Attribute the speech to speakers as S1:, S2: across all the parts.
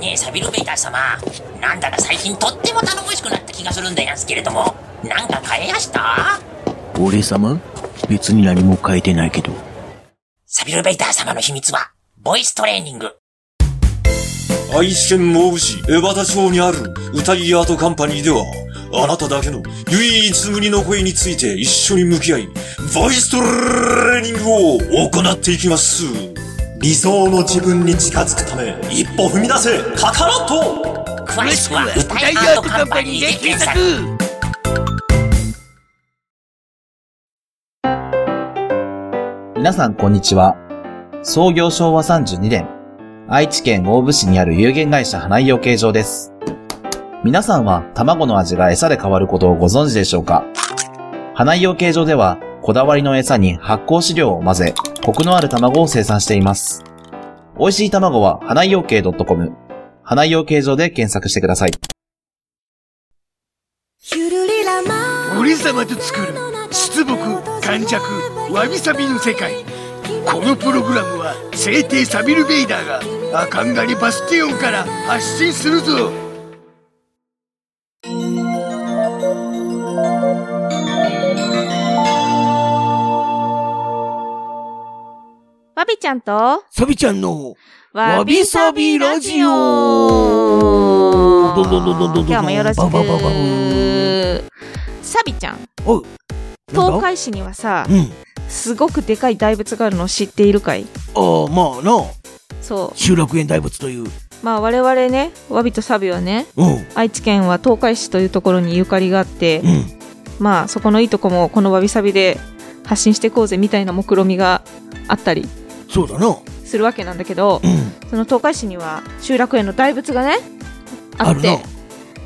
S1: ねえ、サビルベイター様。なんだか最近とっても頼もしくなった気がするんでやんすけれども、なんか変えやした
S2: 俺様別に何も変えてないけど。
S1: サビルベイター様の秘密は、ボイストレーニング。
S3: 愛知県毛布市江端町にある歌いアートカンパニーでは、あなただけの唯一無二の声について一緒に向き合い、ボイストレーニングを行っていきます。理想の自分に近づくため、一歩踏み出せ、カカロット
S1: 詳しくは、歌いアートカンパニーで検索。
S4: 皆さんこんにちは。創業昭和32年、愛知県大府市にある有限会社花井養鶏場です。皆さんは卵の味が餌で変わることをご存知でしょうか花井養鶏場では、こだわりの餌に発酵飼料を混ぜ、コクのある卵を生産しています。美味しい卵は花井養鶏 .com、花井養鶏場で検索してください。
S5: 俺様と作る出木軟弱わびさびの世界このプログラムは聖帝サビル・ベイダーがアカンガリ・バスティオンから発信するぞ
S6: わびちゃんと、
S5: サビちゃんの
S6: わびさびラジオ
S5: どんどんどんどんどんどん
S6: 今日もよろし
S5: バンバンバンバン
S6: く。サビちゃん、
S5: おう
S6: 東海市にはさ、
S5: うん
S6: すごくでかい大仏があるの知っているかい
S5: ああまあな
S6: そう。
S5: 集落園大仏という
S6: まあ我々ね、わびとサビはね、
S5: うんう
S6: 愛知県は東海市というところにゆかりがあって、
S5: ん
S6: まあそこのいいとこもこのわびさびで発信していこうぜみたいな目論みがあったり
S5: そうだなう
S6: するわけなんだけど、
S5: ん
S6: その東海市には集落園の大仏がね、あ
S5: あ
S6: っ
S5: るな
S6: て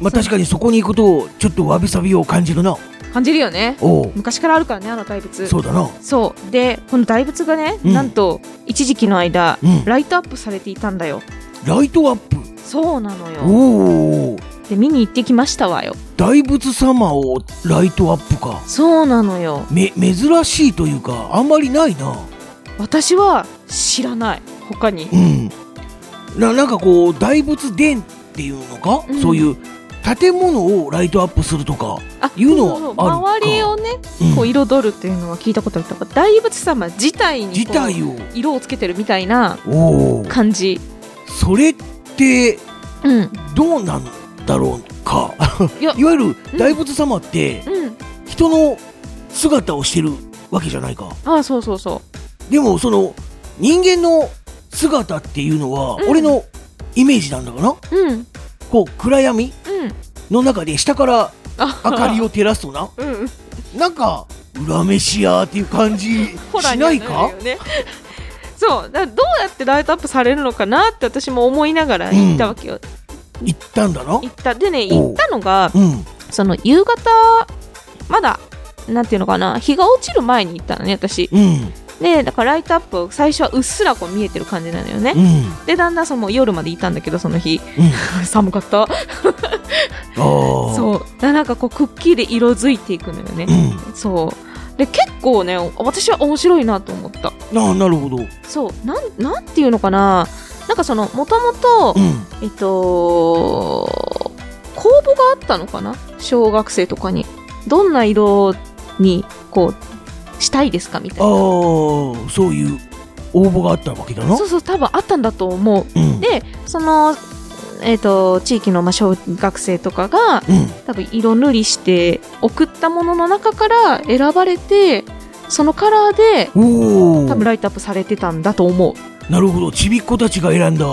S5: まあ確かにそこに行くとちょっとわびさびを感じるな
S6: 感じるよね。
S5: おう
S6: 昔からあるからね、あの大仏。
S5: そうだな
S6: そうでこの大仏がね、
S5: うん
S6: なんと一時期の間、
S5: うん
S6: ライトアップされていたんだよ
S5: ライトアップ
S6: そうなのよ
S5: おお
S6: で見に行ってきましたわよ
S5: 大仏様をライトアップか
S6: そうなのよ
S5: め珍しいというかあんまりないな
S6: 私は知らない他に
S5: うんななんかこう大仏殿っていうのか、
S6: うん
S5: そういう建物をライトアップするとか
S6: あ
S5: いうのは
S6: そうそう
S5: あるか
S6: 周りをね
S5: うん
S6: こう彩るっていうのは聞いたことあるとか大仏様自体に
S5: 自
S6: こう
S5: 体を
S6: 色をつけてるみたいな
S5: おお
S6: 感じ
S5: それって
S6: うん
S5: どうなんだろうか
S6: いや
S5: いわゆる大仏様って
S6: うん
S5: 人の姿をしてるわけじゃないか
S6: あそうそうそ
S5: でもその人間の姿っていうのは
S6: うん
S5: 俺のイメージなんだかな、
S6: ううんうん
S5: こう暗闇の中で下から
S6: あ
S5: 明かりを照らすとな
S6: うん
S5: なんか裏飯屋っていう感じし
S6: ホラーに
S5: な
S6: はないる
S5: か
S6: よね そうだからどうやってライトアップされるのかなって私も思いながら行ったわけよ、
S5: 行ったんだな
S6: 行ったでね
S5: おう
S6: 行ったのが
S5: うん
S6: その夕方まだなんていうのかな日が落ちる前に行ったのね私
S5: うん
S6: でだからライトアップ最初はうっすらこう見えてる感じなのよね、
S5: うん
S6: でだんだんその夜までいたんだけどその日
S5: うん
S6: 寒かった
S5: ああ
S6: そうだからなんかこうくっきり色づいていくのよね
S5: う、ん
S6: そうで結構ね私は面白いなと思った
S5: ああなるほどうん
S6: そうなんなんていうのかななんかそのもともとえっと公募があったのかな小学生とかにどんな色にこうしたいですかみたい
S5: ああ
S6: な
S5: そういう応募があったわけだな
S6: そうそう多分あったんだと思う
S5: うん
S6: でそのえっと地域のまあ小学生とかが
S5: うん
S6: 多分色塗りして送ったものの中から選ばれてそのカラーで
S5: おお
S6: 多分ライトアップされてたんだと思う
S5: なるほどちびっ子たちが選んだ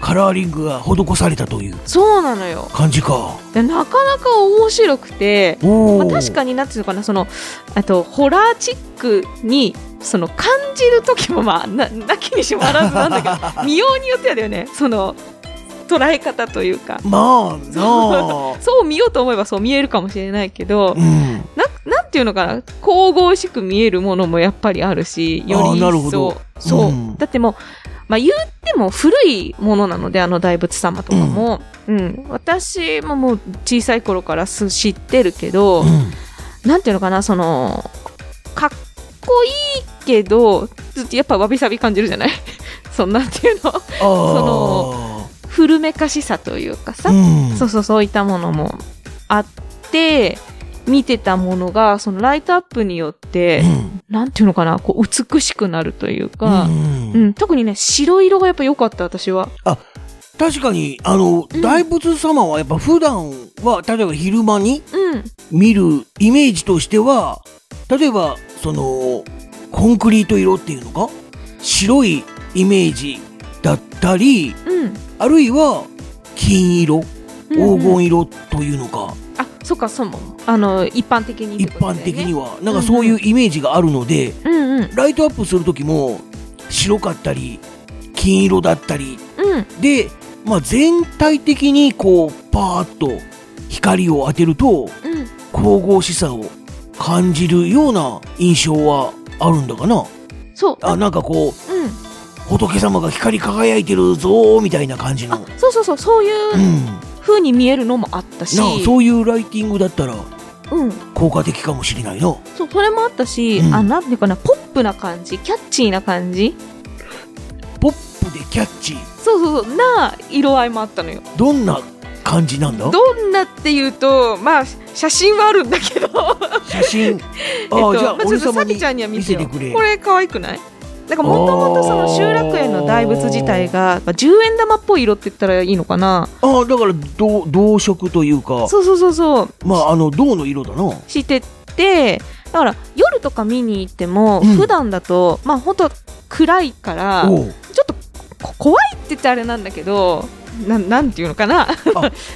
S5: カラーリングが施されたという
S6: そうなのよ
S5: 感じか
S6: でなかなか面白くて、
S5: おお、
S6: まあ、確かになんていうのかなそのあとホラーチックにその感じる時もまあななきにしもあらずなんだけど 見ようによってはだよねその捉え方というか
S5: まあなあ
S6: そう見ようと思えばそう見えるかもしれないけど
S5: うん
S6: ななんていうのかな神々しく見えるものもやっぱりあるしよ
S5: あー
S6: り
S5: なるほ
S6: 一層
S5: ど
S6: そう、
S5: うん
S6: だってもうまあ、言っても古いものなのであの大仏様とかも、うん私ももう小さい頃からす知ってるけど、
S5: うん
S6: なんていうのかなそのかっこいいけ どずっとやっぱわびさび感じるじゃないそんなんていうの
S5: ああ
S6: 古古めかしさというかさ、
S5: うん
S6: そうそうそういったものもあって見てたものがそのライトアップによって、なんていうのかなこう美しくなるというか、
S5: うん
S6: うん、特にね白色がやっぱ良かった私は
S5: 確かにあの、
S6: うん
S5: 大仏様はやっぱ普段は例えば昼間に
S6: うん
S5: 見るイメージとしては例えばそのコンクリート色っていうのか白いイメージだったり
S6: うん
S5: あるいは金色
S6: うんう
S5: 黄
S6: ん
S5: 金色というのか、
S6: あそっかそうもあの一般的にって
S5: 一
S6: ことだよ
S5: 般
S6: ね
S5: 的にはなんかそういうイメージがあるので、
S6: うんうん
S5: ライトアップする時も白かったり金色だったり
S6: うん
S5: で、まあ、全体的にこうパーッと光を当てると
S6: うん
S5: 神々しさを感じるような印象はあるんだかな
S6: そう
S5: あなんかこう
S6: うん
S5: 仏様が光り輝いてるぞーみたいな感じの、うん、
S6: あそうそうそうそういう
S5: な
S6: 風に見えるのもあったし、
S5: あそういうライティングだったら
S6: うん、
S5: 効果的かもしれないな
S6: そうそれもあったし、
S5: うん
S6: あなんていうかなポップな感じキャッチーな感じ
S5: ポップでキャッチー
S6: そうそうそうな色合いもあったのよ
S5: どんな感じなんだ
S6: どんなっていうとまあ写真はあるんだけど
S5: 写真あ ー、
S6: えっと
S5: じゃあ
S6: まあちょ
S5: 俺
S6: っと
S5: 様
S6: さき
S5: に
S6: ちゃんには見
S5: 見
S6: せ
S5: せ
S6: よ
S5: て
S6: う
S5: くれ
S6: これ可愛くないなんかもともとその集落園の大仏自体が、まあ、10円玉っぽい色って言ったらいいのかな
S5: あーだから銅銅色というか
S6: そうそうそうそう
S5: まああの銅の色だな
S6: してってだから夜とか見に行っても、
S5: うん
S6: 普段だとまあ本当暗いから
S5: おう
S6: ちょっとこ怖いって言ってあれなんだけどななんていうのかな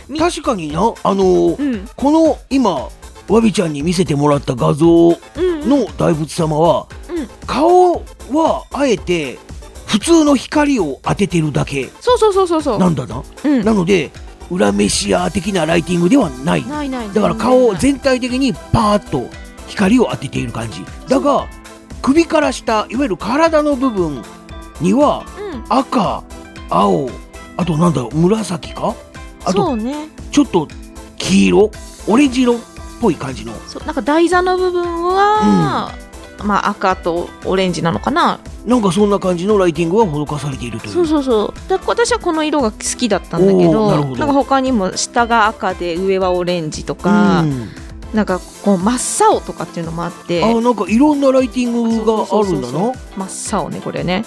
S6: み
S5: 確かになあのー
S6: うんうん
S5: この今わびちゃんに見せてもらった画像
S6: うん
S5: の大仏様は、
S6: うん
S5: 顔はあえて普通の光を当ててるだけ
S6: そうそうそうそうそう
S5: なんだな、
S6: うん
S5: なので裏メシア的なライティングではない
S6: ないない
S5: だから顔を
S6: 全
S5: 全体的にパーッと光を当てている感じだが首から下いわゆる体の部分には
S6: うん
S5: 赤青あとなんだろう紫かあと
S6: そうね
S5: ちょっと黄色オレンジ色っぽい感じの
S6: そうなんか台座の部分は、まあ赤とオレンジなのかな、
S5: なんかそんな感じのライティングが施されているという
S6: そうそうそうだ私はこの色が好きだったんだけ
S5: お
S6: ど
S5: ーな
S6: な
S5: るほど
S6: んか他にも下が赤で上はオレンジと
S5: うん
S6: か、
S5: あ
S6: なんかこう真っ青とかっていうのもあって
S5: なんかいろんなライティングがあるんだ
S6: そ
S5: な
S6: 真っ青ねこれね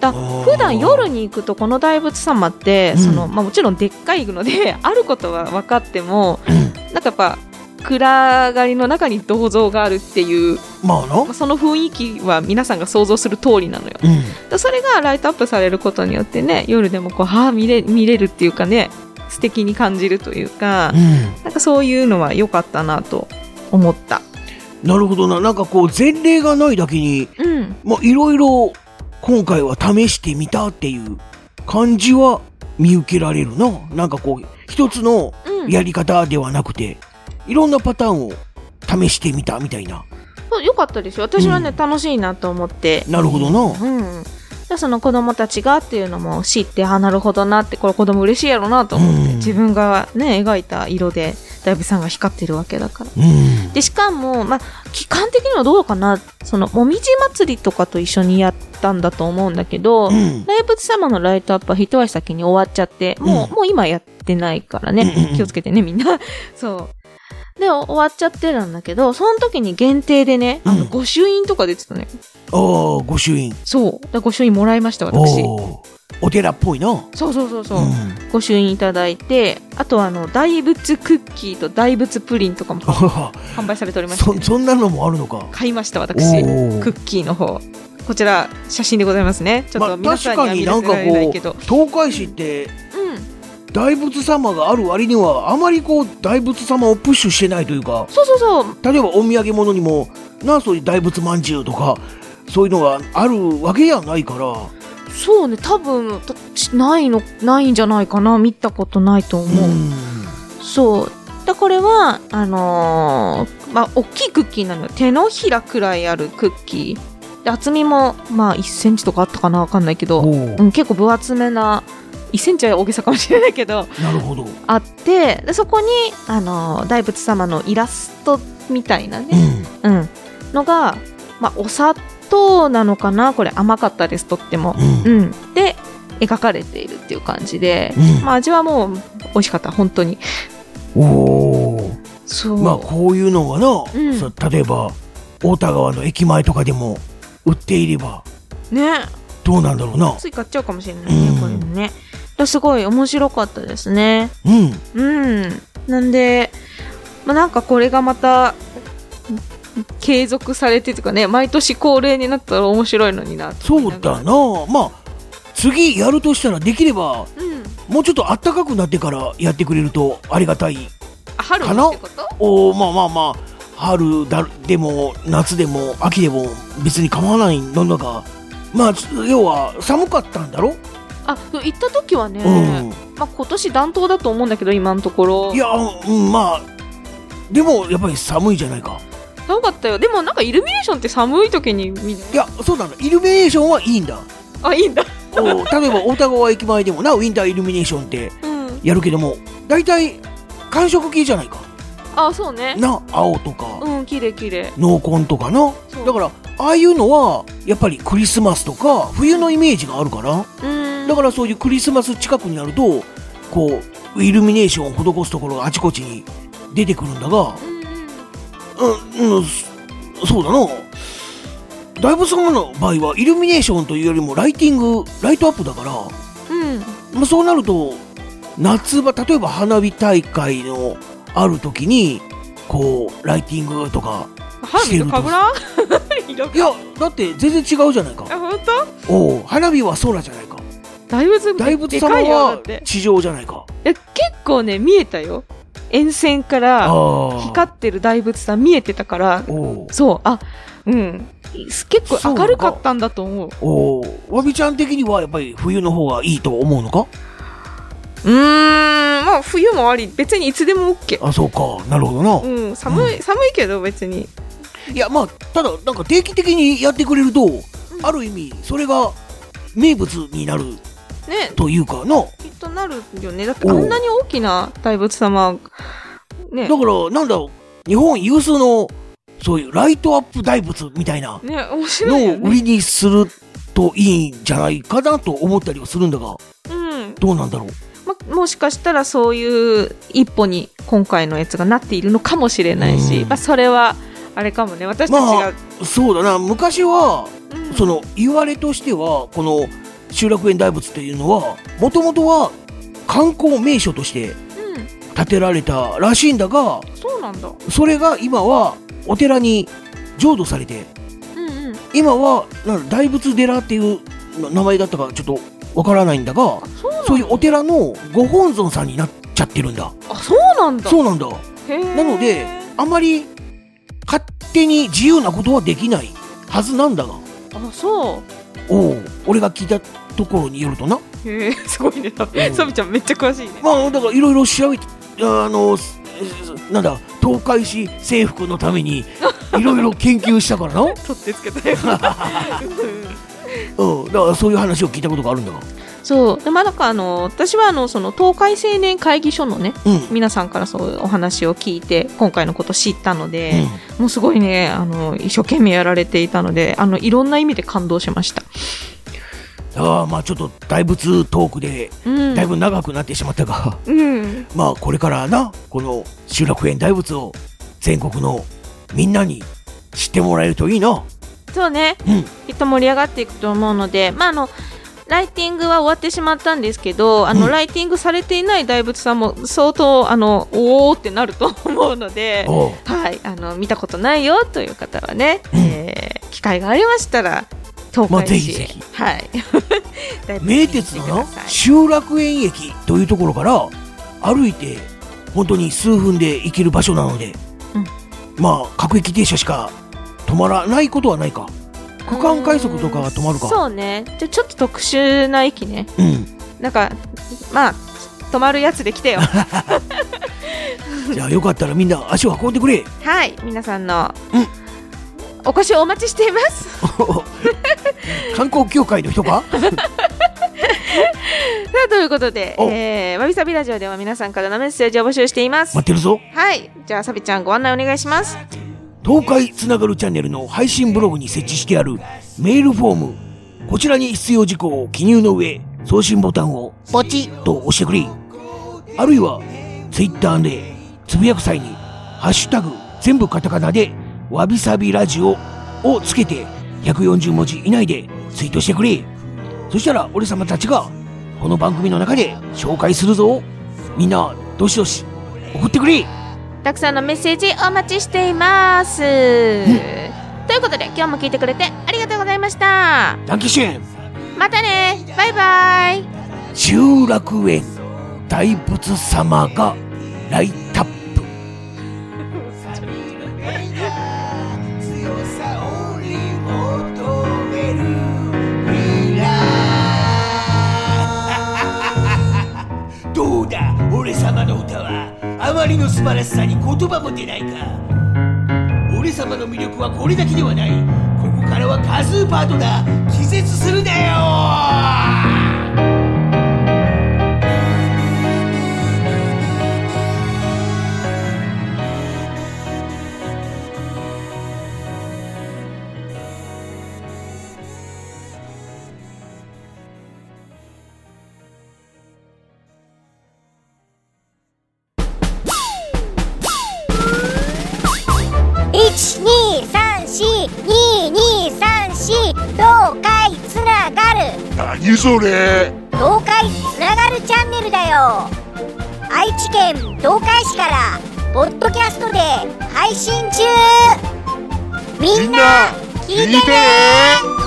S6: だ
S5: あー
S6: 普段夜に行くとこの大仏様って、
S5: うん
S6: そのまあ、もちろんでっかいので あることは分かっても、なんかやっぱ暗がりの中に銅像があるっていう、
S5: まあな
S6: まあその雰囲気は皆さんが想像する通りなのよ
S5: うん
S6: だそれがライトアップされることによってね夜でもこうはあ見れ見れるっていうかね素敵に感じるというか、
S5: う
S6: なんかそういうのは良かったなと思った
S5: んなるほどななんかこう前例がないだけに
S6: うん
S5: まあいろいろ今回は試してみたっていう感じは見受けられるななんかこう一つの
S6: うん
S5: やり方ではなくていろんなパターンを試してみたみたいな
S6: そう良かったですよ私はね、
S5: うん
S6: 楽しいなと思って
S5: なるほどな
S6: うん、じゃあその子供たちがっていうのも知ってあなるほどなってこれ子供嬉しいやろなと思って、
S5: うん
S6: 自分がね描いた色で大仏さんが光ってるわけだから。
S5: うん
S6: でしかも、まあ、期間的にはどうかなそのもみじ祭りとかと一緒にやったんだと思うんだけど、
S5: うん
S6: 大仏様のライトアップは一足先に終わっちゃって、もう、
S5: うん
S6: もう今やってないから
S5: うんうんう
S6: ね
S5: ん。
S6: 気をつけてね、みんな。 そう。で、お終わっちゃってるんだけど、その時に限定でね、あ
S5: う
S6: の、
S5: ん
S6: 御朱印とか出てたね。
S5: ああ御朱印
S6: そう。だから御朱印もらいました、私。
S5: おーお寺っぽいなう
S6: そうそうそうそう。
S5: ん
S6: 御朱印いただいて、あとあの、大仏クッキーと大仏プリン とかも販売されておりまして、
S5: そ そんなのもあるのか
S6: 買いました、
S5: お
S6: 私。
S5: ー
S6: クッキーの方。こちら、写真でございますね。ちょっと
S5: まあ
S6: 皆さんには見
S5: 確
S6: せら
S5: か
S6: れ
S5: に
S6: な
S5: なん
S6: い
S5: か
S6: けど
S5: こう。東海市って
S6: うん。
S5: 大仏様がある割にはあまりこう大仏様をプッシュしてないというか
S6: そうそうそう。
S5: 例えばお土産物にもなそういう大仏まんじゅうとかそういうのがあるわけやないから
S6: そうね多分たしないのないんじゃないかな見たことないと思う、
S5: ん
S6: そうだこれはあのーまあ大きいクッキーなのよ手のひらくらいあるクッキーで厚みもまあ1センチとかあったかなわかんないけ
S5: お
S6: ど、う
S5: ー
S6: ん、結構分厚めな1センチは大げさかもしれないけど
S5: なるほど
S6: あってでそこに、あのー大仏様のイラストみたいな
S5: う
S6: ね、
S5: ん
S6: うん、のが、まあ、お砂糖なのかなこれ甘かったですとっても
S5: うん
S6: うん、で描かれているっていう感じで、
S5: うん
S6: まあ、味はもう美味しかった本当に
S5: おお
S6: そう、
S5: まあこういうのがな、
S6: うん
S5: さ例えば大田川の駅前とかでも売っていれば
S6: ね
S5: どうなんだろうな
S6: つい買っちゃうかもしれないね、
S5: うん
S6: こういうのねだすごい面白かったですね
S5: うん
S6: うんなんで、まあ、なんかこれがまた継続されてというかね毎年恒例になったら面白いのになと思い
S5: そう
S6: ながら
S5: だなまあ次やるとしたらできれば
S6: うん
S5: もうちょっとあったかくなってからやってくれるとありがたい
S6: あ春のってこと
S5: おーまあまあまあ春だでも夏でも秋でも別に構わないのだがまあつ要は寒かったんだろ、
S6: あ行った時はね、
S5: うん
S6: まあ、今年暖冬だと思うんだけど今のところ
S5: いや、うん、まあでもやっぱり寒いじゃないか
S6: 寒かったよでもなんかイルミネーションって寒い時に見る
S5: いやそうなんだイルミネーションはいいんだ
S6: あいいんだ
S5: おー例えば大田川駅前でもなウィンターイルミネーションって
S6: うん
S5: やるけども大体寒色系じゃないか
S6: あそうね
S5: な青とか
S6: うん綺麗綺麗
S5: 濃紺とかな
S6: そう
S5: だからああいうのはやっぱりクリスマスとか冬のイメージがあるから
S6: うん
S5: だからそういうクリスマス近くになるとこうイルミネーションを施すところがあちこちに出てくるんだが
S6: うんうん
S5: うん、うん、そそうだなだいぶ様の場合はイルミネーションというよりもライティングライトアップだから、ま
S6: うん
S5: あ、そうなると夏場例えば花火大会のある時にこうライティングとか
S6: ハーミとかぶらん 色
S5: い
S6: が
S5: やだって全然違うじゃない
S6: あ
S5: か
S6: 本当
S5: おう花火は空じゃないか
S6: 大仏
S5: 大仏
S6: でか
S5: 様
S6: いよだ
S5: は
S6: って
S5: 地上じゃないか
S6: いや結構ね見えたよ沿線から
S5: ああ
S6: 光ってる大仏さん見えてたから
S5: おう
S6: そうあうん結構明るかったんだと思う
S5: おーわびちゃん的にはやっぱり冬の方がいいと思うのか
S6: うーんまあ冬もあり別にいつでも OK
S5: あそうかなるほどな、
S6: うん寒い、寒いけど別に
S5: いやまあただなんか定期的にやってくれると、ある意味それが名物になる
S6: ね
S5: というかなだ
S6: きっとなるよねだってあんなに大きな大仏様ね
S5: から なんだろう日本有数のそういうライトアップ大仏みたいな
S6: ね面白いよ
S5: のを売
S6: ね
S5: りにするといいんじゃないかなと思ったりはするんだが
S6: うん
S5: どうなんだろう
S6: ま、もしかしたらそういう一歩に今回のやつがなっているのかもしれないし、
S5: うん
S6: まあ、それはあれかもね私たちが、
S5: まあそうだな昔は
S6: うん
S5: その言われとしてはこの集落園大仏っていうのはもともとは観光名所として
S6: う
S5: 建てられたらしいんだが
S6: ん、そうなんだ
S5: それが今はお寺に浄土されて
S6: うんうん
S5: 今はなんだ大仏寺っていうな名前だったかちょっとわからないんだが
S6: そうなんだ
S5: そういうお寺のご本尊さんになっちゃってるんだ
S6: あそうなんだ
S5: そうなんだ
S6: へー
S5: なのであまり勝手に自由なことはできないはずなんだが
S6: あそう
S5: おう俺が聞いたところによるとな
S6: へえ すごいねサビちゃんめっちゃ詳しいね
S5: まあだからいろいろ調べてあのすすなんだ東海市征服のため にいろいろ研究したからな、うん、
S6: 取ってつ けたよ
S5: だからそういう話を聞いたことがあるんだが
S6: そうでまあなんかあの私はあのその東海青年会議所のね
S5: うん、うん、
S6: 皆さんからそういうお話を聞いて今回のこと知ったので、もうすごいねあの一生懸命やられていたのであのいろんな意味で感動しました、
S5: だからまあちょっと大仏トークで
S6: うん、
S5: だいぶ長くなってしまったが、
S6: うん
S5: まあこれからなこの集落園大仏を全国のみんなに知ってもらえるといいな
S6: そうね、
S5: うん
S6: きっと盛り上がっていくと思うのでまああのライティングは終わってしまったんですけどあの、
S5: うん
S6: ライティングされていない大仏さんも相当あのおおってなると思うので
S5: おう
S6: はい、あの見たことないよという方はね、
S5: うん
S6: えー機会がありましたら東
S5: まあぜ
S6: 海
S5: ひ
S6: 市
S5: ぜ
S6: へ、
S5: ひ
S6: はい、 大仏に
S5: 名鉄の
S6: 行っ
S5: な
S6: てください
S5: 集落園駅というところから歩いて本当に数分で行ける場所なので、
S6: うん
S5: まあ各駅停車しか止まらないことはないか区間快速とかは止まるか
S6: そうねじゃあちょっと特殊な駅ね
S5: うん、
S6: なんかまあ止まるやつで来てよ
S5: じゃあよかったらみんな足を運んでくれ
S6: はい皆さんの、
S5: うん
S6: お越しをお待ちしています
S5: 観光協会の人か
S6: さあということで、
S5: お
S6: えー、わびさびラジオでは皆さんからのメッセージを募集しています、
S5: 待ってるぞ
S6: はいじゃあさびちゃんご案内お願いします
S5: 東海つながるチャンネルの配信ブログに設置してあるメールフォームこちらに必要事項を記入の上送信ボタンをポチッと押してくれあるいはツイッターでつぶやく際に「ハッシュタグ全部カタカナでわびさびラジオ」をつけて140文字以内でツイートしてくれそしたら俺様たちがこの番組の中で紹介するぞみんなどしどし送ってくれ
S6: たくさんのメッセージお待ちしています。ということで今日も聞いてくれてありがとうございました。
S5: ダンキッシュ園
S6: またねバイバイ
S5: 中楽園大仏様がライトアップ
S7: どうだ俺様の歌はあまりの素晴らしさに言葉も出ないか俺様の魅力はこれだけではないここからは多数パートナー気絶するなよ
S8: 一二三四二二三四東海つながる
S9: 何それ
S8: 東海つながるチャンネルだよ愛知県東海市からポッドキャストで配信中みんな聞いてね